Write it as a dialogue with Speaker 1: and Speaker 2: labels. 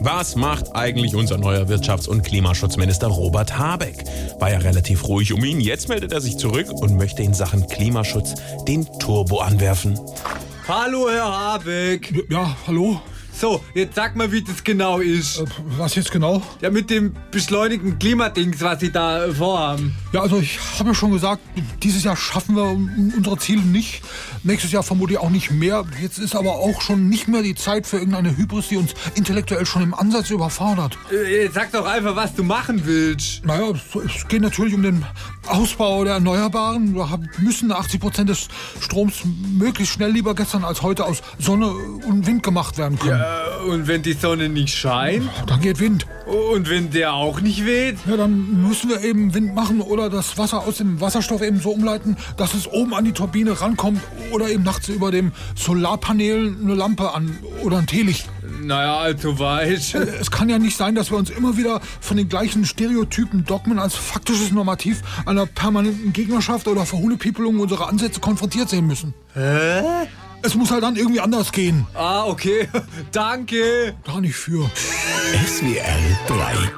Speaker 1: Was macht eigentlich unser neuer Wirtschafts- und Klimaschutzminister Robert Habeck? War ja relativ ruhig um ihn. Jetzt meldet er sich zurück und möchte in Sachen Klimaschutz den Turbo anwerfen.
Speaker 2: Hallo, Herr Habeck.
Speaker 3: Ja, hallo?
Speaker 2: So, jetzt sag mal, wie das genau ist.
Speaker 3: Äh, Was jetzt genau?
Speaker 2: Ja, mit dem beschleunigten Klimadings, was Sie da äh, vorhaben.
Speaker 3: Ja, also ich habe ja schon gesagt, dieses Jahr schaffen wir unsere Ziele nicht. Nächstes Jahr vermutlich auch nicht mehr. Jetzt ist aber auch schon nicht mehr die Zeit für irgendeine Hybris, die uns intellektuell schon im Ansatz überfahren hat.
Speaker 2: Äh, Jetzt sag doch einfach, was du machen willst.
Speaker 3: Naja, es- es geht natürlich um den Ausbau der Erneuerbaren. Wir haben- müssen 80 Prozent des Stroms möglichst schnell lieber gestern als heute aus Sonne und Wind gemacht werden können.
Speaker 2: Äh, Und wenn die Sonne nicht scheint?
Speaker 3: Dann geht Wind.
Speaker 2: Und wenn der auch nicht weht?
Speaker 3: Ja, dann müssen wir eben Wind machen oder das Wasser aus dem Wasserstoff eben so umleiten, dass es oben an die Turbine rankommt oder eben nachts über dem Solarpanel eine Lampe an oder ein Teelicht.
Speaker 2: Naja, also weißt.
Speaker 3: Es kann ja nicht sein, dass wir uns immer wieder von den gleichen Stereotypen, Dogmen als faktisches Normativ einer permanenten Gegnerschaft oder Verhulepiepelung unserer Ansätze konfrontiert sehen müssen.
Speaker 2: Hä?
Speaker 3: Es muss halt dann irgendwie anders gehen.
Speaker 2: Ah, okay. Danke.
Speaker 3: Gar nicht für.
Speaker 4: SWR 3